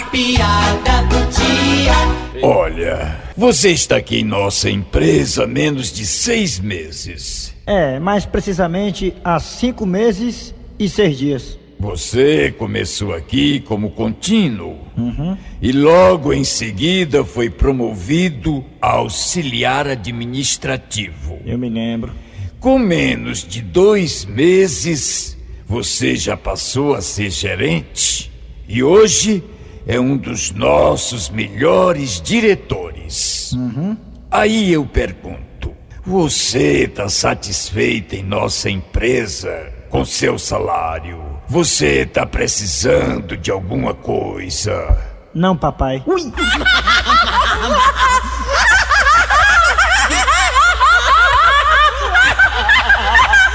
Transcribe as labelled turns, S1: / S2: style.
S1: piada do dia.
S2: Olha, você está aqui em nossa empresa há menos de seis meses.
S3: É, mais precisamente há cinco meses e seis dias.
S2: Você começou aqui como contínuo e logo em seguida foi promovido a auxiliar administrativo.
S3: Eu me lembro.
S2: Com menos de dois meses, você já passou a ser gerente e hoje é um dos nossos melhores diretores. Aí eu pergunto: você está satisfeita em nossa empresa com seu salário? Você tá está precisando de alguma coisa?
S3: Não, papai.
S1: Ah,